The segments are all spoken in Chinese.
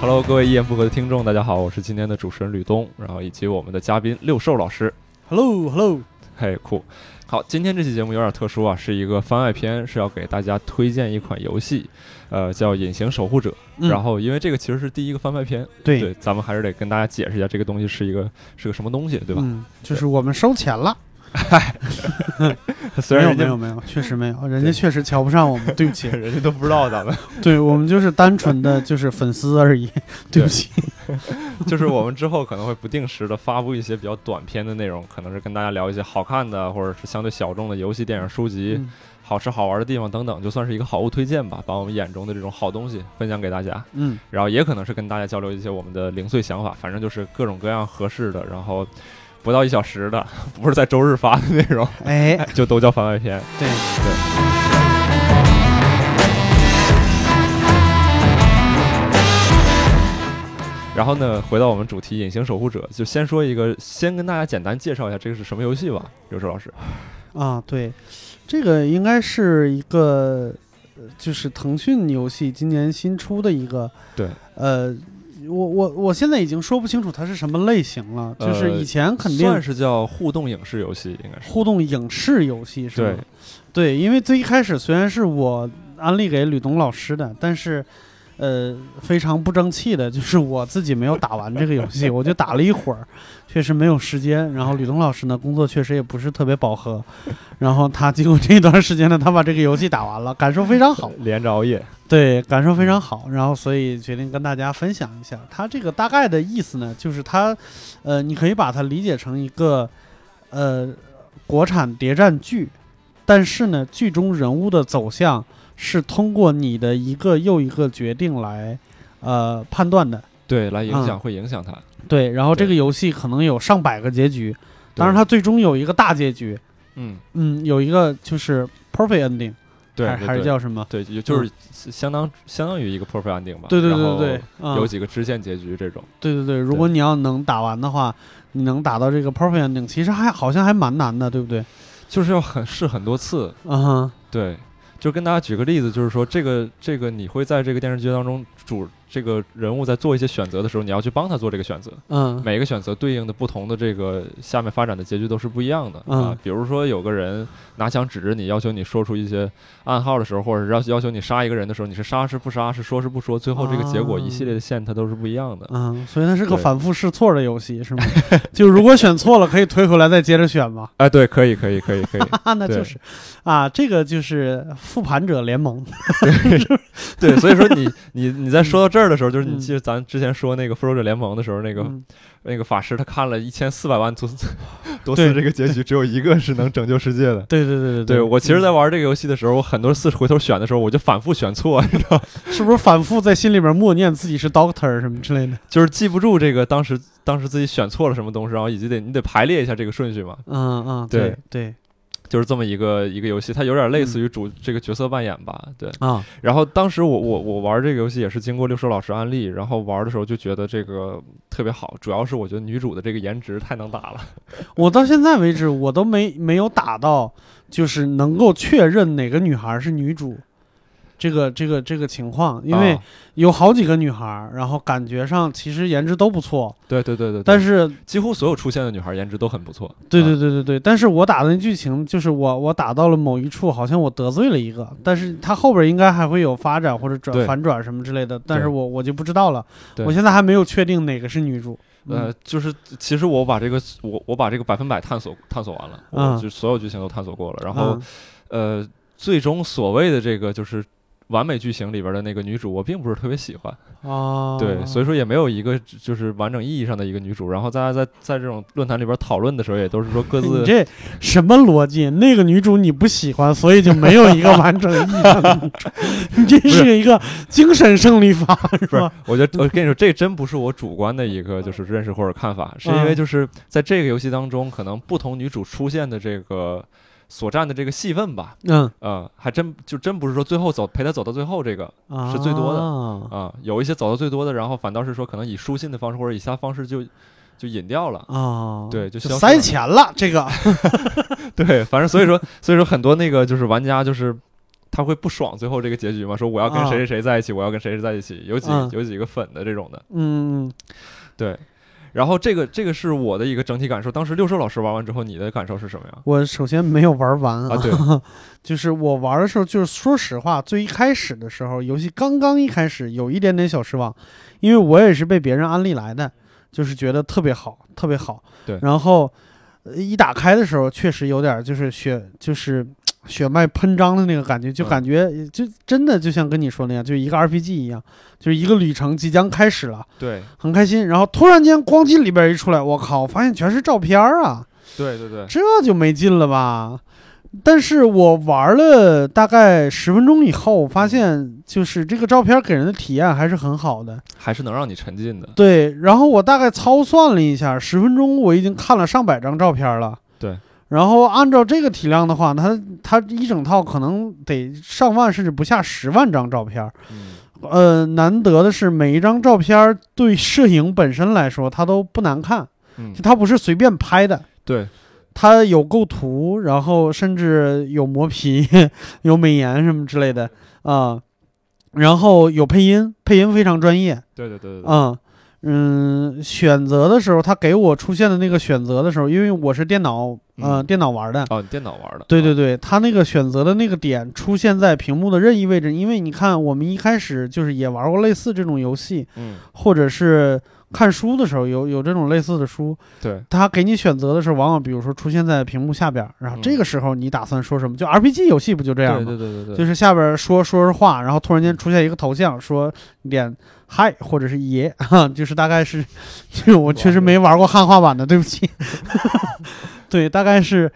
Hello，各位一言不合的听众，大家好，我是今天的主持人吕东，然后以及我们的嘉宾六兽老师。 Hello，Hello，嘿，酷！好，今天这期节目有点特殊啊，是一个番外篇，是要给大家推荐一款游戏，呃，叫《隐形守护者》。然后，因为这个其实是第一个番外篇，嗯对对，咱们还是得跟大家解释一下这个东西是一个是个什么东西，对吧？嗯，就是我们收钱了， 虽然人嗯没家有没有没有，确实没有，人家确实瞧不上我 们，对不起，人家都不知道咱们， 对我们就是单纯的就是粉丝而已，对不起，就是我们之后可能会不定时的发布一些比较短篇的内容，可能是跟大家聊一些好看的或者是相对小众的游戏、电影、书籍。嗯好吃好玩的地方等等，就算是一个好物推荐吧，把我们眼中的这种好东西分享给大家，嗯，然后也可能是跟大家交流一些我们的零碎想法，反正就是各种各样合适的，然后不到一小时的， 不是在周日发的内容，哎，就都叫番外篇。对，然后呢，回到我们主题《隐形守护者》，就先说一个，先跟大家简单介绍一下这个是什么游戏吧，刘志老师。啊，对，这个应该是一个，呃就是腾讯游戏今年新出的一个，对，呃，我我我现在已经说不清楚它是什么类型了，就是呃以前肯算定是叫互动影视游戏，应该是。互动影视游戏是吧？对，因为最一开始虽然是我安利给吕东老师的，但是。呃，非常不争气的，就是我自己没有打完这个游戏，我就打了一会儿，确实没有时间。然后吕东老师呢，工作确实也不是特别饱和，然后他经过这段时间呢，他把这个游戏打完了，感受非常好，连着熬夜。对，感受非常好。然后所以决定跟大家分享一下，它这个大概的意思呢，就是它，呃，你可以把它理解成一个，呃，国产谍战剧，但是呢，剧中人物的走向是通过你的一个又一个决定来，呃，判断的。对，来影响、嗯会影响它。对，然后这对个游戏可能有上百个结局，当然对它最终有一个大结局，嗯，嗯，有一个就是 perfect ending，对，还对还是对叫什么？对，也就是相当相当于一个 perfect ending 吧。嗯对对然对后对，嗯有几个支线结局这种。对对对，如果你要能打完的话，你能打到这个 perfect ending，其实还好像还蛮难的，对不对？就是要很试很多次。嗯哼，对，就跟大家举个例子，就是说这个这个你会在这个电视剧当中主这个人物在做一些选择的时候，你要去帮他做这个选择。嗯每个选择对应的不同的这个下面发展的结局都是不一样的、嗯啊。比如说有个人拿枪指着你，要求你说出一些暗号的时候，或者是要要求你杀一个人的时候，你是杀是不杀，是说是不说，最后这个结果啊一系列的线它都是不一样的。嗯，所以它是个对反复试错的游戏，是吗？ 就如果选错了，可以推回来再接着选嘛。哎，对，可以，可以，可以，可以。啊，那对就是啊，这个就是复盘者联盟。 对，所以说你你你在说到这儿的时候，就是你嗯记得咱之前说那个《复仇者联盟》的时候，那个、嗯那个法师他看了一千四百万多次多次对这个结局，只有一个是能拯救世界的。对对 对对对我其实，在嗯玩这个游戏的时候，我很多次回头选的时候，我就反复选错， 你知道吗，是不是反复在心里边默念自己是 doctor 什么之类的？就是记不住这个当时当时自己选错了什么东西，然后以及得你得排列一下这个顺序嘛，嗯嗯，对对对就是这么一个一个游戏，它有点类嗯似于主、这个角色扮演吧，对。啊，然后当时我我我玩这个游戏也是经过六叔老师安利，然后玩的时候就觉得这个特别好，主要是我觉得女主的这个颜值太能打了。我到现在为止，我都没没有打到，就是能够确认哪个女孩是女主，这个这个这个情况，因为啊有好几个女孩，然后感觉上其实颜值都不错，对对对对，但是是几乎所有出现的女孩颜值都很不错。对对啊，对对对，但是我打的那剧情就是我我打到了某一处，好像我得罪了一个，但是它后边应该还会有发展或者对转反转什么之类的，但是对我我就不知道了，对我现在还没有确定哪个是女主，嗯呃，就是其实我把这个我我把这个百分百探索探索完了，嗯我就所有剧情都探索过了，然嗯后嗯呃，最终所谓的这个就是完美剧情里边的那个女主，我并不是特别喜欢，哦，对，所以说也没有一个就是完整意义上的一个女主。然后大家在在这种论坛里边讨论的时候，也都是说各哎你自这什么逻辑？那个女主你不喜欢，所以就没有一个完整意义上的女 主。你这是一个精神胜利法，是不是吧？，嗯我觉得我跟你说，这真不是我主观的一个就是认识或者看法，是因为嗯就是在这个游戏当中，可能不同女主出现的这个所占的这个戏份吧，嗯，呃，还真就真不是说最后走陪她走到最后这个，啊是最多的的啊、有一些走到最多的，然后反倒是说可能以书信的方式或者以其他方式就就引掉了。啊。对就消失塞了钱了，这个嗯 对，反正所以说，所以说很多那个就是玩家就是他会不爽最后这个结局嘛，说我要跟谁谁谁在一起，我要跟谁谁在一起，有几嗯有几个粉的这种的，嗯，对。然后这个这个是我的一个整体感受。当时六兽老师玩完之后，你的感受是什么呀？我首先没有玩完啊， 对，就是我玩的时候，就是说实话，最一开始的时候，游戏刚刚一开始有一点点小失望，因为我也是被别人安利来的，就是觉得特别好，特别好。对然后呃一打开的时候，确实有点就是血，就是血脉喷张的那个感觉，就嗯感觉就真的就像跟你说那样，就一个 RPG 一样，就是一个旅程即将开始了，对很开心。然后突然间咣叽里边一出来，我靠，发现全是照片儿啊！对对对，这就没劲了吧？但是我玩了大概十分钟以后，我发现就是这个照片给人的体验还是很好的。还是能让你沉浸的。对，然后我大概操算了一下，十分钟我已经看了上百张照片了。对，然后按照这个体量的话，它它一整套可能得上万甚至不下十万张照片。嗯，呃，难得的是每一张照片对摄影本身来说，它都不难看，嗯就，它不是随便拍的。对它有构图，然后甚至有磨皮、 有美颜什么之类的啊、然后有配音，配音非常专业对对对对对，啊、嗯，选择的时候，它给我出现的那个选择的时候，因为我是电脑，呃，嗯电脑玩的。哦，你电脑玩的？对对啊，对，它那个选择的那个点出现在屏幕的任意位置，因为你看，我们一开始就是也玩过类似这种游戏，嗯，或者是看书的时候有有这种类似的书，对他给你选择的时候，往往比如说出现在屏幕下边儿，然后嗯这个时候你打算说什么？就 RPG 游戏不就这样对吗？对对对就对，是下边儿说说着话，然后突然间出现一个头像，说点嗨或者是爷， 哈，就是大概是，就是我确实没玩过汉化版的，对 不起。对，大概是，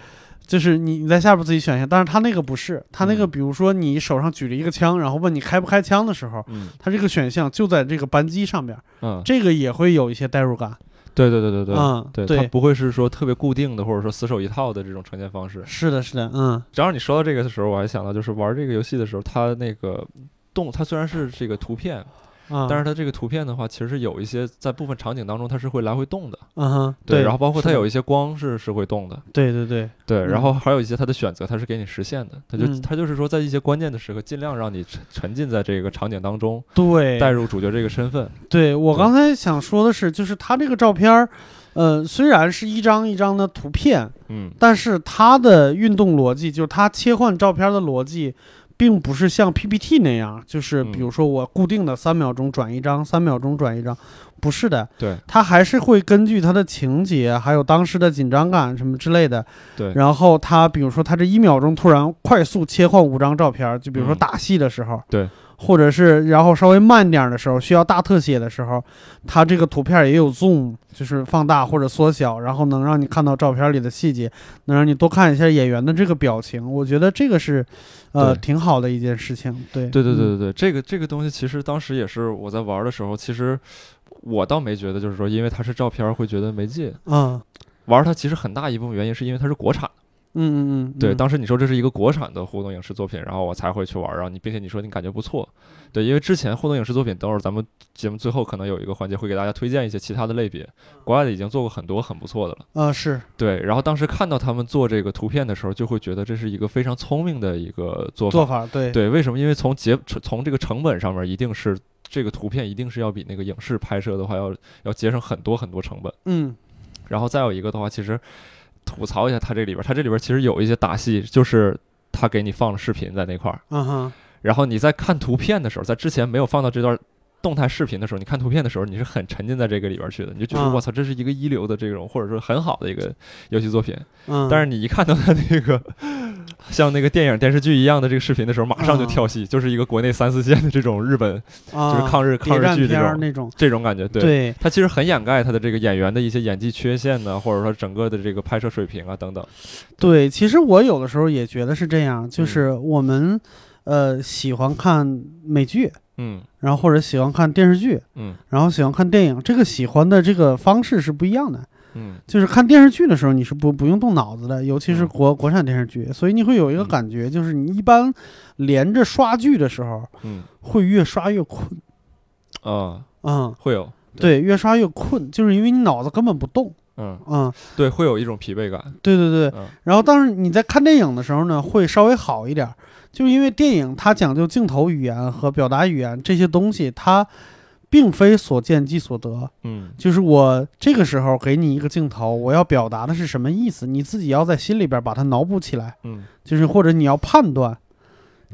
就是你你在下边儿自己选一下，但是他那个不是，他那个嗯比如说你手上举着一个枪，然后问你开不开枪的时候，嗯他这个选项就在这个扳机上边儿，嗯，这个也会有一些代入感。对对对对对，嗯，对，它不会是说特别固定的，或者说死守一套的这种呈现方式。是的，是的，嗯正好你说到这个的时候，我还想到，就是玩这个游戏的时候，它那个动，它虽然是这个图片，啊，但是它这个图片的话，其实是有一些在部分场景当中它是会来回动的，嗯哼，然后包括它是的有一些光是是会动的，对对对，对，嗯然后还有一些它的选择，它是给你实现的，它就嗯它就是说在一些关键的时刻，尽量让你沉沉浸在这个场景当中，对带入主角这个身份，对我刚才想说的是，就是他这个照片儿，呃，虽然是一张一张的图片，嗯，但是它的运动逻辑，就是它切换照片的逻辑。并不是像 PPT 那样，就是嗯比如说我固定的三秒钟转一张，三秒钟转一张，不是的，对它还是会根据它的情节，还有当时的紧张感什么之类的，对，然后他比如说他这一秒钟突然快速切换五张照片儿，就比如说嗯打戏的时候，对，或者是然后稍微慢点儿的时候，需要大特写的时候，他这个图片儿也有 zoom，就是放大或者缩小，然后能让你看到照片儿里的细节，能让你多看一下演员的这个表情。我觉得这个是，呃，对挺好的一件事情。对，对对对嗯，对对，这个这个东西其实当时也是我在玩的时候，其实我倒没觉得就是说，因为它是照片儿会觉得没劲。啊，玩它其实很大一部分原因是因为它是国产，嗯嗯嗯，对，嗯当时你说这是一个国产的互动影视作品，然后我才会去玩儿，然后你并且你说你感觉不错，对，因为之前互动影视作品，等会儿咱们节目最后可能有一个环节会给大家推荐一些其他的类别，嗯国外的已经做过很多很不错的了，啊是，对，然后当时看到他们做这个图片的时候，就会觉得这是一个非常聪明的一个做法做，法对，对，为什么？因为从节从这个成本上面，一定是这个图片一定是要比那个影视拍摄的话要要节省很多很多成本。嗯然后再有一个的话，其实吐槽一下它这里边儿，它这里边儿其实有一些打戏，就是它给你放了视频在那块儿，嗯哼，然后你在看图片的时候，在之前没有放到这段。动态视频的时候，你看图片的时候，你是很沉浸在这个里边儿去的，你就觉得嗯我操，这是一个一流的这种，或者说很好的一个游戏作品。嗯，但是你一看到他那个像那个电影电视剧一样的这个视频的时候，马上就跳戏，就是一个国内三四线的这种日本就就是抗日抗日剧这种那种，这种感觉，对。对。他其实很掩盖他的这个演员的一些演技缺陷呢，或者说整个的这个拍摄水平啊等等。对，其实我有的时候也觉得是这样，嗯就是我们、呃喜欢看美剧，嗯然后或者喜欢看电视剧，嗯然后喜欢看电影，这个喜欢的这个方式是不一样的。嗯，就是看电视剧的时候，你是不不用动脑子的，尤其是嗯国、国产电视剧，所以你会有一个嗯感觉，就是你一般连着刷剧的时候，嗯会越刷越困。啊、嗯，会有对，越刷越困，就是因为你脑子根本不动。嗯嗯，对，会有一种疲惫感。对对对。嗯然后，但是你在看电影的时候呢，会稍微好一点儿。就是因为电影它讲究镜头语言和表达语言这些东西，它并非所见即所得。嗯就是我这个时候给你一个镜头，我要表达的是什么意思，你自己要在心里边把它脑补起来，嗯就是或者你要判断，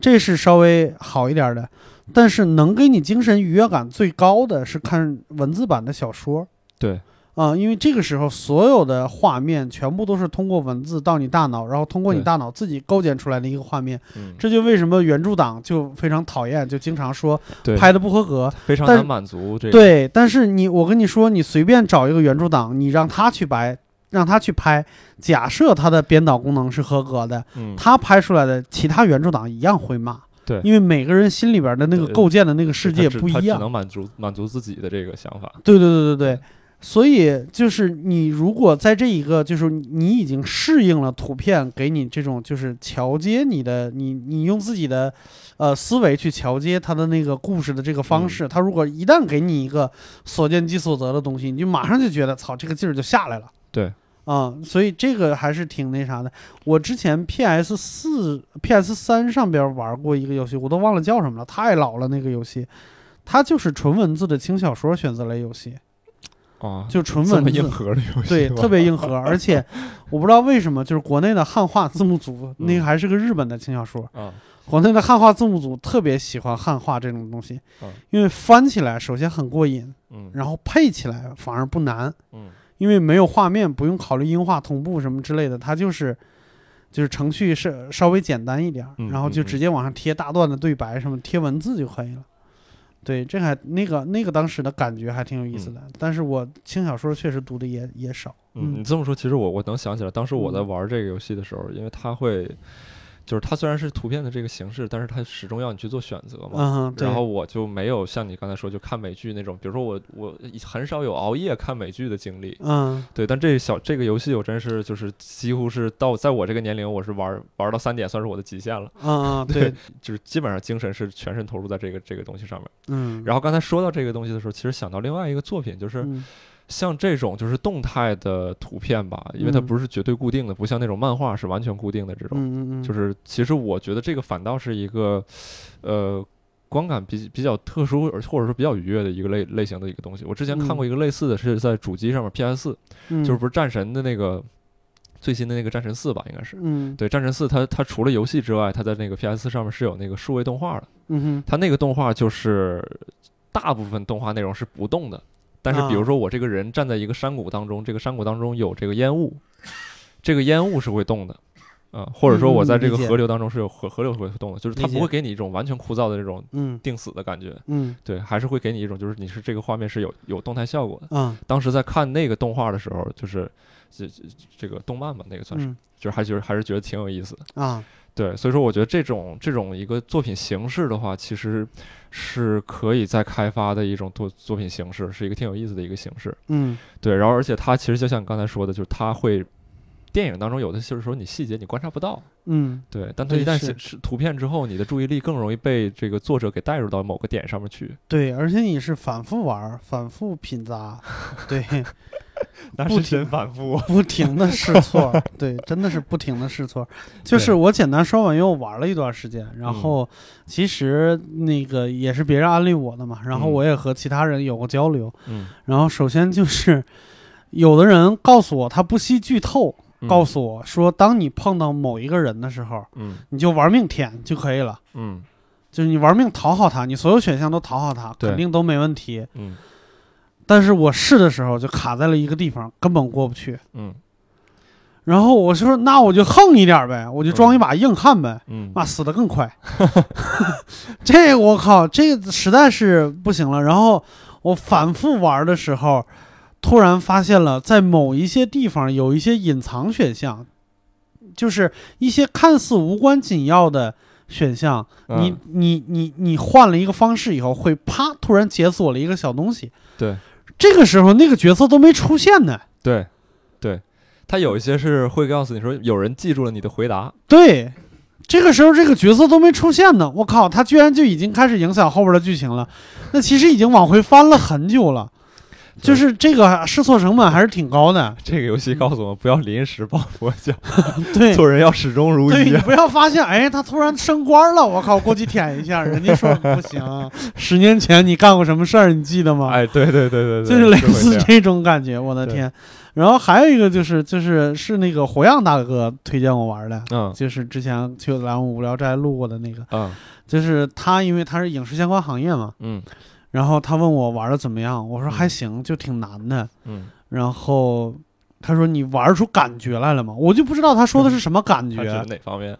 这是稍微好一点的。但是能给你精神愉悦感最高的是看文字版的小说对，啊、因为这个时候所有的画面全部都是通过文字到你大脑，然后通过你对大脑自己构建出来的一个画面。嗯，这就为什么原著党就非常讨厌，就经常说对拍的不合格，非常但难满足这个，对，但是你，我跟你说，你随便找一个原著党，你让他去拍，让他去拍，假设他的编导功能是合格的，嗯，他拍出来的其他原著党一样会骂。对因为每个人心里边的那个对构建的那个世他界只不一他只样。能满足满足自己的这个想法。对对对对对，所以就是你如果在这一个，就是你已经适应了图片给你这种，就是桥接你的，你你用自己的呃思维去桥接它的那个故事的这个方式，它如果一旦给你一个所见即所得的东西，你就马上就觉得操，这个劲儿就下来了。对。啊、所以这个还是挺那啥的。我之前 PS 四、PS 三上边玩过一个游戏，我都忘了叫什么了，太老了那个游戏，它就是纯文字的轻小说选择类游戏。啊，就纯这文么字硬，核的游戏，对，特别。硬核。而且我不知道为什么，就是国内的汉化字幕组，那嗯个还是个日本的轻小说，啊，国内的汉化字幕组特别喜欢汉化这种东西嗯，因为翻起来首先很过瘾，嗯然后配起来反而不难，嗯因为没有画面，不用考虑音画同步什么之类的，它就是。就是程序是稍微简单一点儿，嗯然后嗯就嗯直接往上贴大段的对白，什么贴文字就可以了。对，这还那个那个当时的感觉还挺有意思的，但是我轻小说确实读的也也少。嗯，嗯你这么说，其实我我能想起来，当时我在嗯玩这个游戏的时候，因为它会，就是它虽然是图片的这个形式，但是它始终要你去做选择嘛。嗯哼，对然后我就没有像你刚才说，就看美剧那种，比如说我我很少有熬夜看美剧的经历，嗯对，但这小这个游戏我真是就是几乎是到在我这个年龄，我是玩玩到三点算是我的极限了，嗯 嗯，对，就是基本上精神是全身投入在这个这个东西上面。嗯，然后刚才说到这个东西的时候，其实想到另外一个作品，就是嗯像这种就是动态的图片吧，因为它嗯不是绝对固定的，不像那种漫画是完全固定的这种。嗯嗯嗯，就是其实我觉得这个反倒是一个，呃，观感比比较特殊，而或者说比较愉悦的一个类类型的一个东西。我之前看过一个类似的是在主机上面 PS 四、嗯就是不是战神的那个最新的那个战神四吧，应该是。嗯对战神四，它它除了游戏之外，它在那个 PS 4上面是有那个数位动画的。嗯哼它那个动画就是大部分动画内容是不动的，但是啊比如说我这个人站在一个山谷当中，这个山谷当中有这个烟雾，这个烟雾是会动的。啊、或者说我在这个嗯理解河流当中是有河河流是会动的，就是它理解不会给你一种完全枯燥的这种嗯定死的感觉，嗯对，还是会给你一种就是你是这个画面是有有动态效果的。啊当时在看那个动画的时候，就是这这这个动漫吧，那个算是，嗯就是还觉得还是觉得挺有意思的。啊对，所以说我觉得这种这种一个作品形式的话，其实是可以再开发的一种作作品形式，是一个挺有意思的一个形式。嗯对，然后而且它其实就像你刚才说的，就是它会电影当中有的就是说你细节你观察不到，嗯对，但它对一旦是形是图片之后，你的注意力更容易被这个作者给带入到某个点上面 去，对，而且你是反复玩儿，反复品砸，对， 那是真反复。不停的试错儿，对，真的是不停的试错儿。就是对嗯我简单说完，因为我玩了一段时间，然后其实那个也是别人安利我的嘛，然后嗯我也和其他人有过交流，嗯，然后首先就是有的人告诉我他不惜剧透，嗯 告，诉我说，当你碰到某一个人的时候，嗯你就玩命舔就可以了，嗯就是你玩命讨好他，你所有选项都讨好他，对肯定都没问题。嗯但是我试的时候就卡在了一个地方，根本过不去。嗯然后我就说，那我就横一点呗，我就装一把硬汉呗，嗯妈死得更快。 这个我靠，这个实在是不行了。然后我反复玩的时候，突然发现了在某一些地方有一些隐藏选项，就是一些看似无关紧要的选项，嗯，啊你你你你换了一个方式以后，会啪突然解锁了一个小东西。对，这个时候那个角色都没出现呢。对对，它有一些是会告诉你说有人记住了你的回答。对，这个时候这个角色都没出现呢，我靠，他居然就已经开始影响后边的剧情了，那其实已经往回翻了很久了。就是这个试错成本还是挺高 的。这个游戏告诉我们，不要临时抱佛脚，对，做人要始终如对一你。不要发现，哎，他突然升官了，我靠，过去舔一下，人家说不 行。十年前你干过什么事儿，你记得吗？ 哎，对对对对对，就是类会似这样这种感觉，我的对天！然后还有一个就是就是是那个火样大哥推荐我玩的，嗯就是之前去栏目无聊斋录过的那个，嗯就是他因为他是影视相关行业嘛，嗯然后他问我玩的怎么样，我说嗯还行，就挺难的。嗯，然后他说你玩出感觉来了吗？我就不知道他说的是什么感嗯他指觉，哪方面？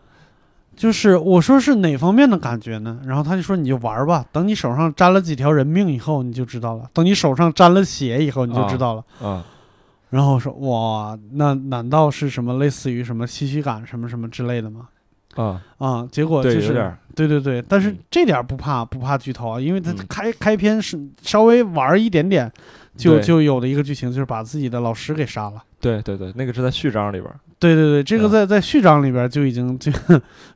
就是我说是哪方面的感觉呢？然后他就说你就玩吧，等你手上沾了几条人命以后你就知道了，等你手上沾了血以后你就知道了。嗯然后我说哇，那难道是什么类似于什么唏嘘感什么什么之类的吗？嗯，啊、结果就对，有是点儿对对对，但是嗯这点儿不怕不怕剧透啊，因为它嗯开开篇是稍微玩儿一点点，就对就有的一个剧情就是把自己的老师给杀了。对对对，那个是在序章里边儿。对对对，这个嗯在在序章里边就已经就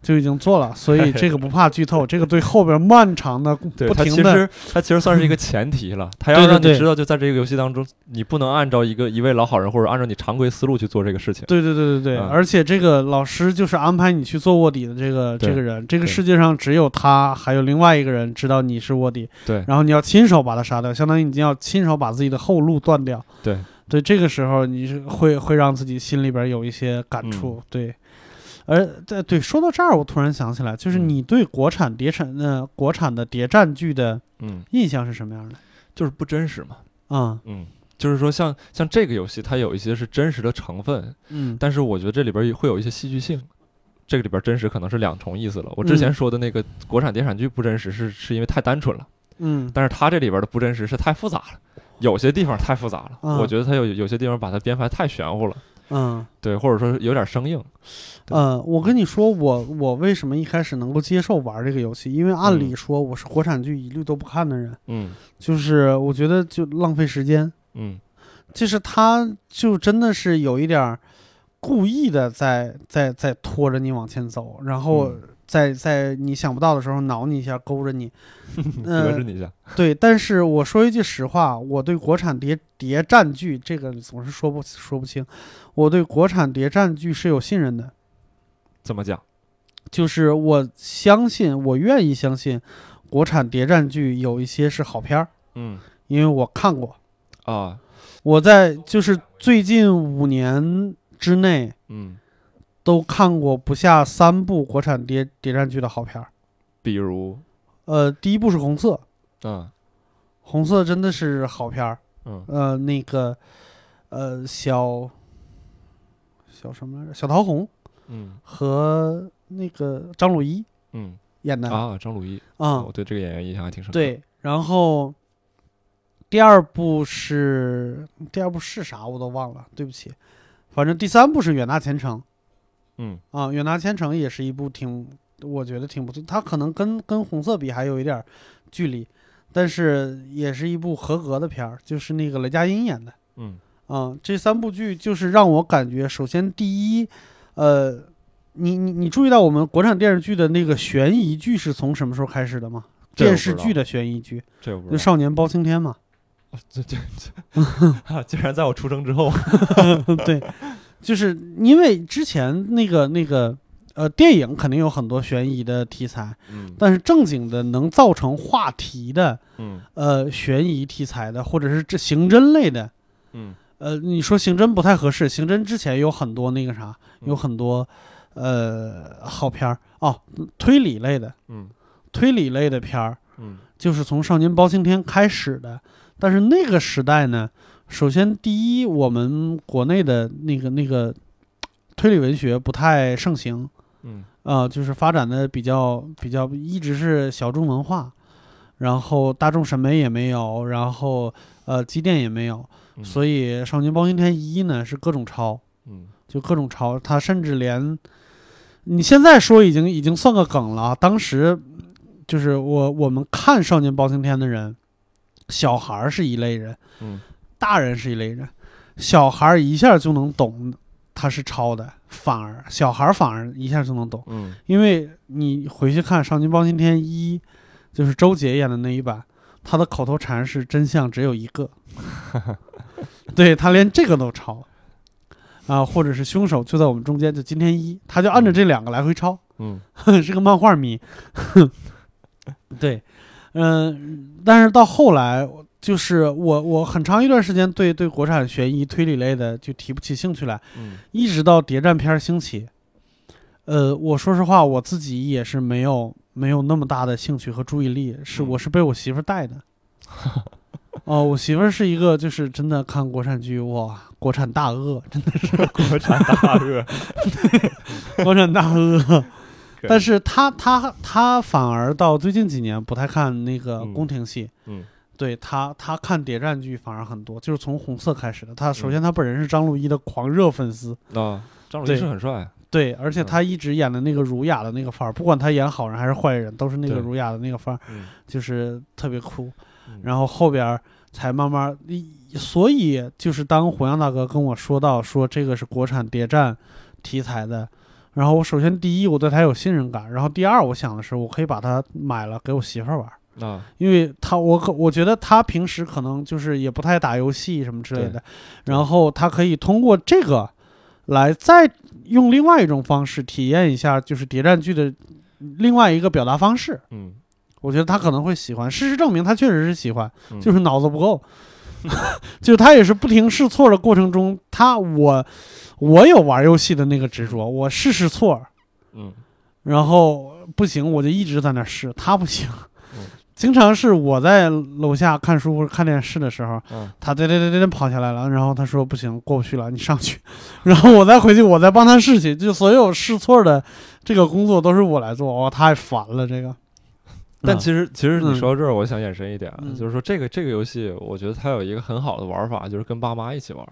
就已经做了，所 以这个不怕剧透，这个对后边漫长的对不它停其的实它其实算是一个前提了，它对要对让你对知道，就在这个游戏当中，你不能按照一个一位老好人或者按照你常规思路去做这个事情。对对对对对，嗯而且这个老师就是安排你去做卧底的这个对这个人，这个对世界上只有他还有另外一个人知道你是卧底，对然后你要亲手把他杀掉，相当于你要亲手把自己的后路断掉。对对，这个时候你是会会让自己心里边有一些感触，嗯对。而对对，说到这儿，我突然想起来，就是嗯你对国产谍战呃国产的谍战剧的嗯，印象是什么样的？就是不真实嘛。啊，嗯，就是说像像这个游戏，它有一些是真实的成分，嗯，但是我觉得这里边儿会有一些戏剧性。这个里边儿真实可能是两重意思了。我之前嗯说的那个国产谍产剧不真实是，是因为太单纯了，嗯，但是它这里边儿的不真实是太复杂了，有些地方太复杂了。啊我觉得它有有些地方把它编排太玄乎了，嗯，对，或者说有点生硬。对呃，我跟你说，我我为什么一开始能够接受玩这个游戏？因为按理说我是国产剧一律都不看的人，嗯就是我觉得就浪费时间，嗯就是他就真的是有一点儿故意的在在在拖着你往前走，然后嗯在在你想不到的时候挠你一下，勾 着你。得呃知，你一下。对，但是我说一句实话，我对国产谍谍战剧这个总是说不说不清，我对国产谍战剧是有信任的。怎么讲？就是我相信，我愿意相信，国产谍战剧有一些是好片儿，嗯因为我看过。啊，我在就是最近五年之内嗯，都看过不下三部国产谍谍战剧的好片儿。比如，呃，第一部是《红色》，《嗯红色》真的是好片儿。嗯呃，那个，呃，小小什么来着？小桃红嗯和那个张鲁一嗯演的啊，张鲁一，啊我对这个演员印象还挺深刻。，对，然后第二部是第二部是啥我都忘了，对不起。反正第三部是《远大前程嗯》啊，《远大前程》也是一部挺，我觉得挺不错。它可能跟跟《红色》比还有一点儿距离，但是也是一部合格的片儿，就是那个雷佳音演的。嗯啊，这三部剧就是让我感觉，首先第一，呃，你你你注意到我们国产电视剧的那个悬疑剧是从什么时候开始的吗？这我不电视知道剧的悬疑剧，这我不就知道。少年包青天嘛， 这这这，啊 竟然在我出生之后。对，就是因为之前那个那个呃电影肯定有很多悬疑的题材，嗯但是正经的能造成话题的嗯呃悬疑题材的，或者是这刑侦类的，嗯呃，你说刑侦不太合适，刑侦之前有很多那个啥，嗯有很多呃好片儿哦，推理类的嗯推理类的片儿，嗯就是从《少年包青天》开始的。但是那个时代呢，首先第一，我们国内的那个那个推理文学不太盛行嗯啊、呃就是发展的比较比较一直是小众文化，然后大众审美也没有，然后呃积淀也没有，嗯，所以《少年包青天一》呢是各种抄，嗯就各种抄，他甚至连你现在说已经已经算个梗了啊。当时就是我我们看《少年包青天》的人，小孩儿是一类人，嗯大人是一类人，小孩儿一下就能懂他是抄的，反而小孩儿反而一下就能懂，嗯因为你回去看《少年包青天一》，就是周杰演的那一版。他的口头禅是“真相只有一个”，对他连这个都抄啊，或者是凶手就在我们中间，就今天一，他就按着这两个来回抄， 嗯是个漫画迷。 对，嗯、但是到后来，就是我我很长一段时间对对国产悬疑推理类的就提不起兴趣来，嗯一直到谍战片儿兴起，呃，我说实话，我自己也是没有没有那么大的兴趣和注意力，是嗯我是被我媳妇儿带 的。哦，我媳妇儿是一个，就是真的看国产剧，哇，国产大鳄，真国产大鳄，的国产 大鳄。以但是她她她反而到最近几年不太看那个嗯宫廷戏，嗯对她她看谍战剧反而很多，就是从红色开始的。她首嗯先她本人是张鲁一的狂热粉丝，啊，张鲁对一是很帅，对，而且嗯他一直演的那个儒雅的那个范儿，不管他演好人还是坏人，都是那个对儒雅的那个范儿，嗯，就是特别酷。嗯然后后边儿才慢慢，一所以就是当胡杨大哥跟我说到说这个是国产谍战题材的，然后我首先第一我对他有信任感，然后第二我想的是我可以把它买了给我媳妇儿玩儿。啊，因为他，我可我觉得他平时可能就是也不太打游戏什么之类的对，然后他可以通过这个来再用另外一种方式体验一下，就是谍战剧的另外一个表达方式。嗯，我觉得他可能会喜欢。事实证明，他确实是喜欢，嗯就是脑子不够， 就他也是不停试错的过程中，他我我有玩游戏的那个执着，我试试错，嗯然后不行，我就一直在那儿试，他不行嗯。经常是我在楼下看书或者看电视的时候，嗯他对对对对跑下来了，然后他说不行，过不去了，你上去。 然后我再回去，我再帮他试去，就所有试错的这个工作都是我来做，哇、太烦了这个。但嗯其实，其实嗯你说到这儿，我想延伸一点啊，嗯就是说这个这个游戏，我觉得它有一个很好的玩法，就是跟爸妈一起玩，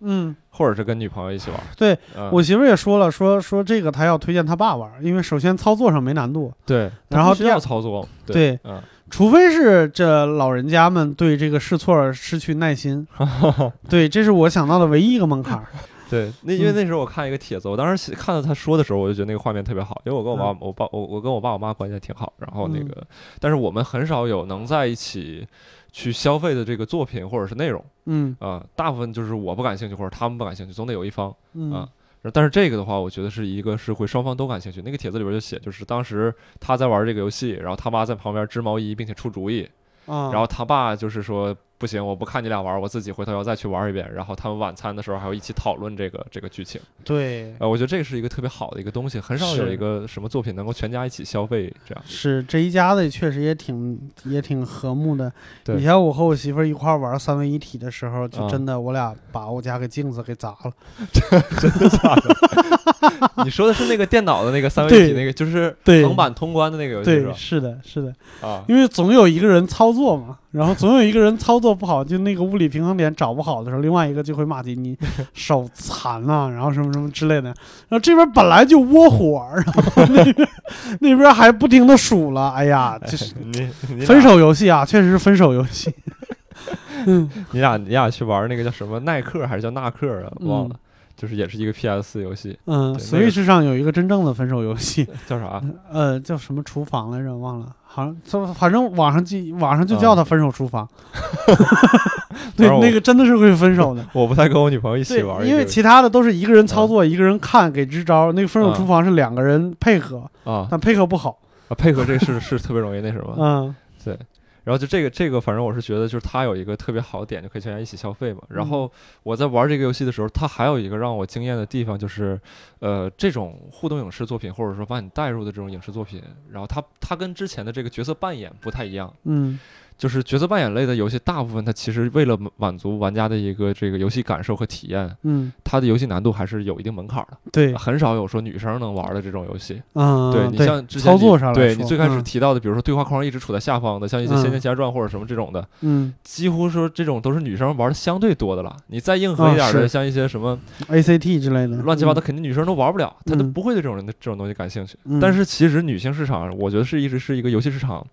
嗯，或者是跟女朋友一起玩。对嗯，我媳妇儿也说了，说说这个她要推荐她爸玩，因为首先操作上没难度，对，它然后不需第要二操作，对，对，嗯，除非是这老人家们对这个试错失去耐 心，对，这是我想到的唯一一个门槛儿。对，那因为嗯那时候我看一个帖子，我当时写看到他说的时候，我就觉得那个画面特别好，因为我跟我妈、我爸、我我跟我爸我妈关系还挺好，然后那嗯个，但是我们很少有能在一起去消费的这个作品或者是内容嗯啊、大部分就是我不感兴趣或者他们不感兴趣，总得有一方。嗯啊但是这个的话，我觉得是一个是会双方都感兴趣。那个帖子里边就写，就是当时他在玩这个游戏，然后他妈在旁边织毛衣，并且出主意，啊，然后他爸就是说不行，我不看你俩玩，我自己回头要再去玩一遍。然后他们晚餐的时候还要一起讨论这个这个剧情。对，呃，我觉得这个是一个特别好的一个东西，很少有是一个什么作品能够全家一起消费这样。是这一家子确实也挺也挺和睦的。对以前我和我媳妇儿一块儿玩三位一体的时候，就啊真的我俩把我家给镜子给砸了。你说的是那个电脑的那个三对维体那个，就是对横版通关的那个游戏是对，吧？是的，是的，啊，因为总有一个人操作嘛，然后总有一个人操作不好，就那个物理平衡点找不好的时候，另外一个就会骂 街，你手残呐、然后什么什么之类的。然后这边本来就窝火，然后那边 那边还不停的数了，哎呀，就是你你分俩手游戏啊，确实是分手游戏。 嗯，你俩你俩去玩那个叫什么耐克还是叫纳克啊？嗯忘了，就是也是一个 PS 游戏，嗯对那个，Switch 上有一个真正的分手游戏，叫啥？呃，叫什么厨房来着？忘了，好像就反正网上就网上就叫它分手厨 房。 嗯反对正，我那个真的是会分手的。我不太跟我女朋友一起对玩，，因为其他的都是一个人操作，一个人看给支招。那个分手嗯厨房是两个人配合，啊但配合不好。啊配合这是是特别容易那什 么，嗯对。然后就这个这个，反正我是觉得就是它有一个特别好的点，就可以全家一起消费嘛。然后我在玩这个游戏的时候，它还有一个让我惊艳的地方就是，呃，这种互动影视作品或者说把你带入的这种影视作品，然后它它跟之前的这个角色扮演不太一样，嗯就是角色扮演类的游戏，大部分它其实为了满足玩家的一个这个游戏感受和体验，嗯，它的游戏难度还是有一定门槛儿的，对，很少有说女生能玩的这种游戏。嗯，啊对你像之前操你作上来对说你最开始嗯提到的，比如说对话框一直处在下方的，像一些《仙嗯剑奇侠传》或者什么这种的，嗯几乎说这种都是女生玩的相对多的了。你再硬核一点啊的，是像一些什么 ACT 之类的乱七八糟，，肯定女生都玩不了，她都嗯不会对这种人的这种东西感兴趣。嗯但是其实女性市场，我觉得是一直是一个游戏市场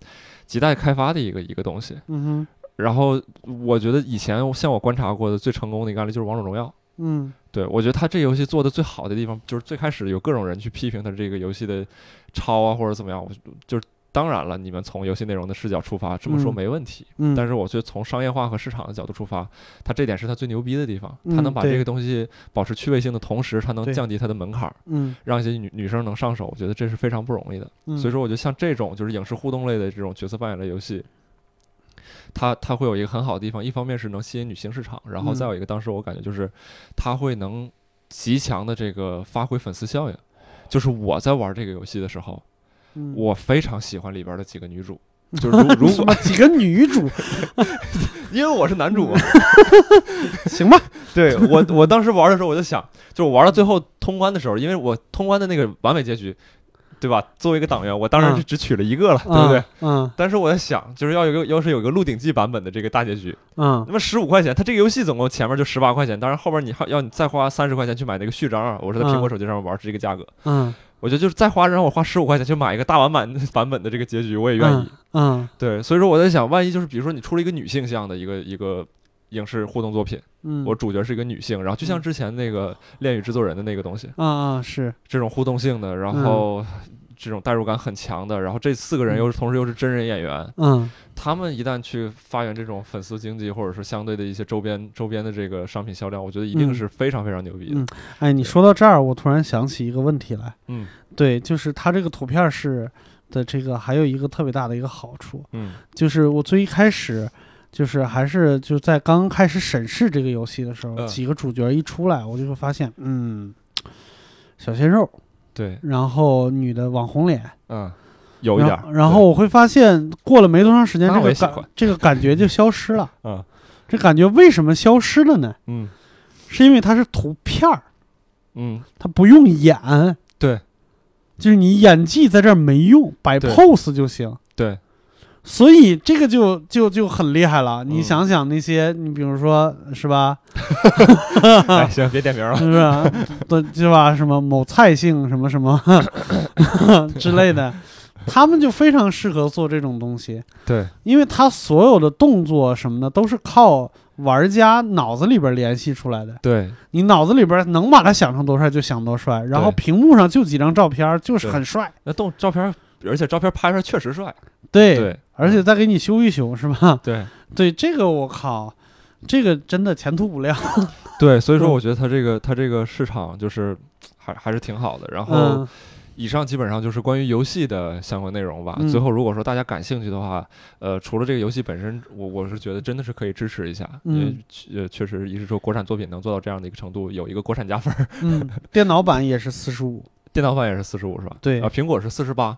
亟待开发的一个一个东西。嗯嗯然后我觉得以前像我观察过的最成功的一个案例就是《王者荣耀》。哼嗯对，我觉得他这游戏做的最好的地方，就是最开始有各种人去批评他这个游戏的抄啊，或者怎么样，我就就是当然了，你们从游戏内容的视角出发，这么说嗯没问题。嗯，但是是我觉得从商业化和市场的角度出发，它这点是它最牛逼的地方。嗯它能把对这个东西保持趣味性的同时，它能对降低它的门槛儿，嗯让一些女女生能上手。我觉得这是非常不容易的。嗯，所以说，我觉得像这种就是影视互动类的这种角色扮演类游戏，它它会有一个很好的地方，一方面是能吸引女性市场，然后嗯再有一个，当时我感觉就是它会能极强的这个发挥粉丝效应。就是我在玩这个游戏的时候，嗯我非常喜欢里边的几个 女主，就是如如什果么几个女主， 因为我是男主嘛，行吧， 对我我当时玩的时候我就想，就是我玩到最后通关的时候，因为我通关的那个完美结局，对吧？作为一个党员，我当然是嗯只娶了一个了，对不对？嗯？但是我在想，就是要有一个，要是有一个《鹿鼎记》版本的这个大结局，嗯那么十五块钱，它这个游戏总共前面就十八块钱，当然后边你还要你再花三十块钱去买那个序章啊，我是在苹果嗯手机上面玩是这个价格，嗯嗯我觉得就是再花让我花十五块钱去买一个大完版版本的这个结局，我也愿意。嗯对，所以说我在想，万一就是比如说你出了一个女性向的一个一个影视互动作品，嗯，我主角是一个女性，然后就像嗯之前那个《恋与制作人》的那个东西，啊啊是，这种互动性的，然嗯后这种代入感很强的，然后这四个人又是同时又是真人演员，嗯他们一旦去发源这种粉丝经济，或者是相对的一些周边周边的这个商品销量，我觉得一定嗯是非常非常牛逼的。嗯哎，你说到这儿，我突然想起一个问题来，嗯对，就是它这个图片是的这个还有一个特别大的一个好处，嗯就是我最一开始。就是还是就在刚开始审视这个游戏的时候，嗯几个主角一出来，我就会发现，嗯，小鲜肉，对，然后女的网红脸，嗯，有一点然儿。后。然后我会发现，过了没多长时间，那这我个也喜感欢这个感觉就消失了。对，嗯这感觉为什么消失了呢？嗯是因为它是图片儿，嗯，它不用演。对，就是你演技在这儿没用，摆对 pose 就行。对，所以这个就就就很厉害了。你嗯想想那些，你比如说是吧，啊哎，行，别点名 了。是不是？对，是吧？什么某蔡姓什么 什么 之类的，他们就非常适合做这种东西。对，因为他所有的动作什么的都是靠玩家脑子里边联系出来的。对，你脑子里边能把他想成多帅就想多帅，然后对屏幕上就几张照片，就是很帅。那动照片儿，而且照片拍出来确实帅。对，啊对嗯而且再给你修一修，是吧？ 对对，这个我靠，这个真的前途无量。对，所以说嗯我觉得它这个它这个市场就是还还是挺好的。然后嗯以上基本上就是关于游戏的相关内容吧。嗯最后，如果说大家感兴趣的话，呃，除了这个游戏本身，我我是觉得真的是可以支持一下，嗯因为确呃确实一是说国产作品能做到这样的一个程度，有一个国产加分儿。嗯，电脑版也是四十五，电脑版也是四十五是吧？对啊、苹果是四十八，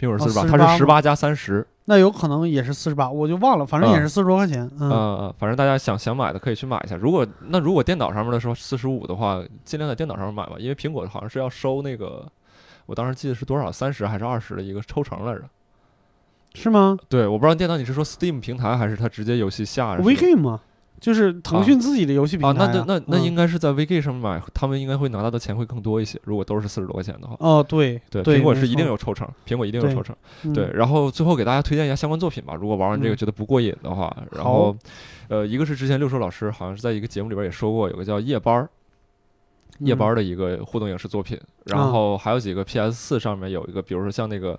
苹果是哦四十八，它是十48八加三十。那有可能也是四十八，我就忘了，反正也是四十多块钱。嗯，呃，反正大家想想买的可以去买一下。如果那如果电脑上面的时候四十五的话，尽量在电脑上面买吧，因为苹果好像是要收那个，我当时记得是多少，三十还是二十的一个抽成来着。是吗对，我不知道电脑你是说 Steam 平台还是它直接游戏下是吧？VG 嘛，就是腾讯自己的游戏啊平，台那那那那嗯应该是在 VG 上面买，他们应该会拿到的钱会更多一些。如果都是四十多块钱的话，哦，对对，对苹果是一定没有抽成，苹果一定有对抽成。错嗯对，然后最后给大家推荐一下相关作品吧。如果玩完这个嗯觉得不过瘾的话，然后，呃，一个是之前六叔老师好像是在一个节目里边也说过，有个叫夜班儿，嗯夜班儿的一个互动影视作品。啊然后还有几个 PS 四上面有一个，比如说像那个。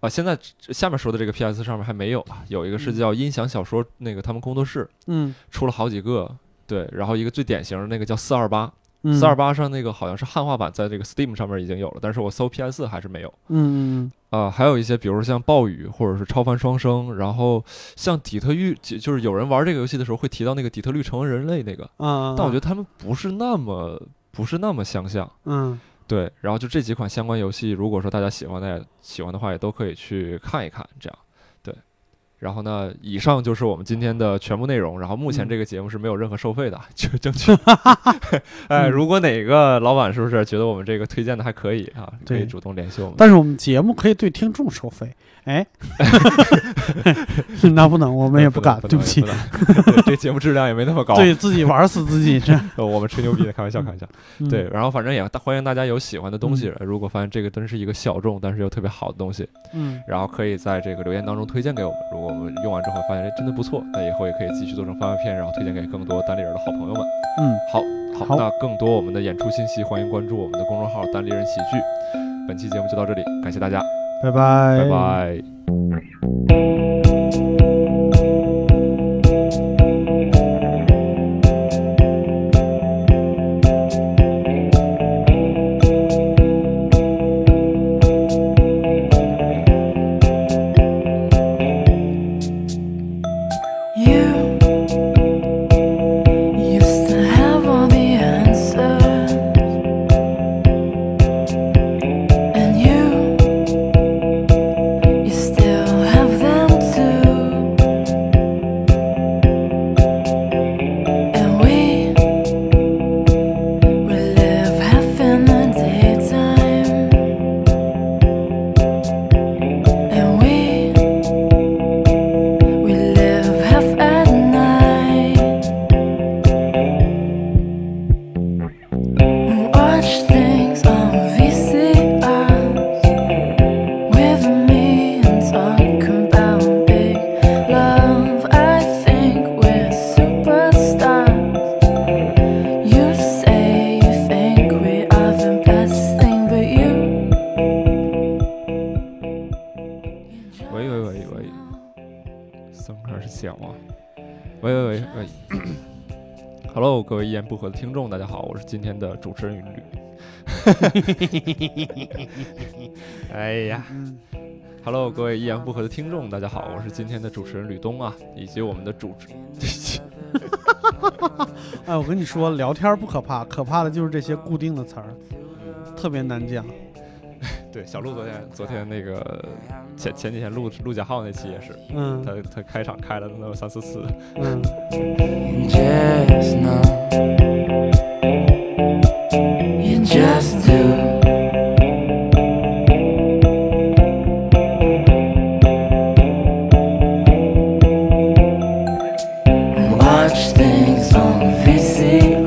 啊，现在这下面说的这个 PS 上面还没有啊，有一个是嗯叫音响小说那个他们工作室嗯，出了好几个，对，然后一个最典型的那个叫四二八，嗯四二，八上那个好像是汉化版，在这个 Steam 上面已经有了，但是我搜 PS 4还是没有。嗯嗯啊、还有一些，比如说像暴雨或者是超凡双生，然后像底特律，就就是有人玩这个游戏的时候会提到那个底特律成为人类那个，嗯啊，但我觉得得，他们不是那么不是那么相像。嗯对，然后就这几款相关游戏，如果说大家喜欢的喜欢的话，也都可以去看一看，这样对。然后呢，以上就是我们今天的全部内容。然后目前嗯这个节目是没有任何收费的，就争 取。哎，嗯如果哪个老板是不是觉得我们这个推荐的还可以啊，可以对主动联系我们。但是我们节目可以对听众收费， 哎，那不能，我们也不敢，能对不起，，能能对这节目质量也没那么高。对自己玩死自己这，呃，我们吹牛逼的，开玩笑，开玩笑。嗯对，，然后反正也大欢迎大家有喜欢的东西，如果发现这个真是一个小众，但是又特别好的东西，嗯，然后可以在这个留言当中推荐给我们。如果我们用完之后发现哎真的不错，那以后也可以继续做成番外篇，然后推荐给更多单立人的好朋友们。嗯，好，好，好那更多我们的演出信息，欢迎关注我们的公众号“单立人喜剧”。本期节目就到这里，感谢大家，拜拜拜，拜拜。 You used to have all the answers, and you you still have them too. And we we live half in the daytime, and we. We live half at night. We watch things on VCRs with me and talk about big love. I think we're superstars. You say you think we are the best thing, but you. 喂喂喂喂声还是小啊！喂喂喂喂 ，Hello，各位一言不合的听众，大家好，我是今天的主持人云旅。 哎呀嗯，Hello，各位一言不合的听众，大家好，我是今天的主持人吕东啊，以及我们的主持，哎，我跟你说，聊天不可怕，可怕的就是这些固定的词儿，特别难讲。对小鹿昨天昨天那个前前几天录录贾浩那期也是，嗯他他开场开了那么三四次，嗯。 You just know. You just do. Watch things on VCR.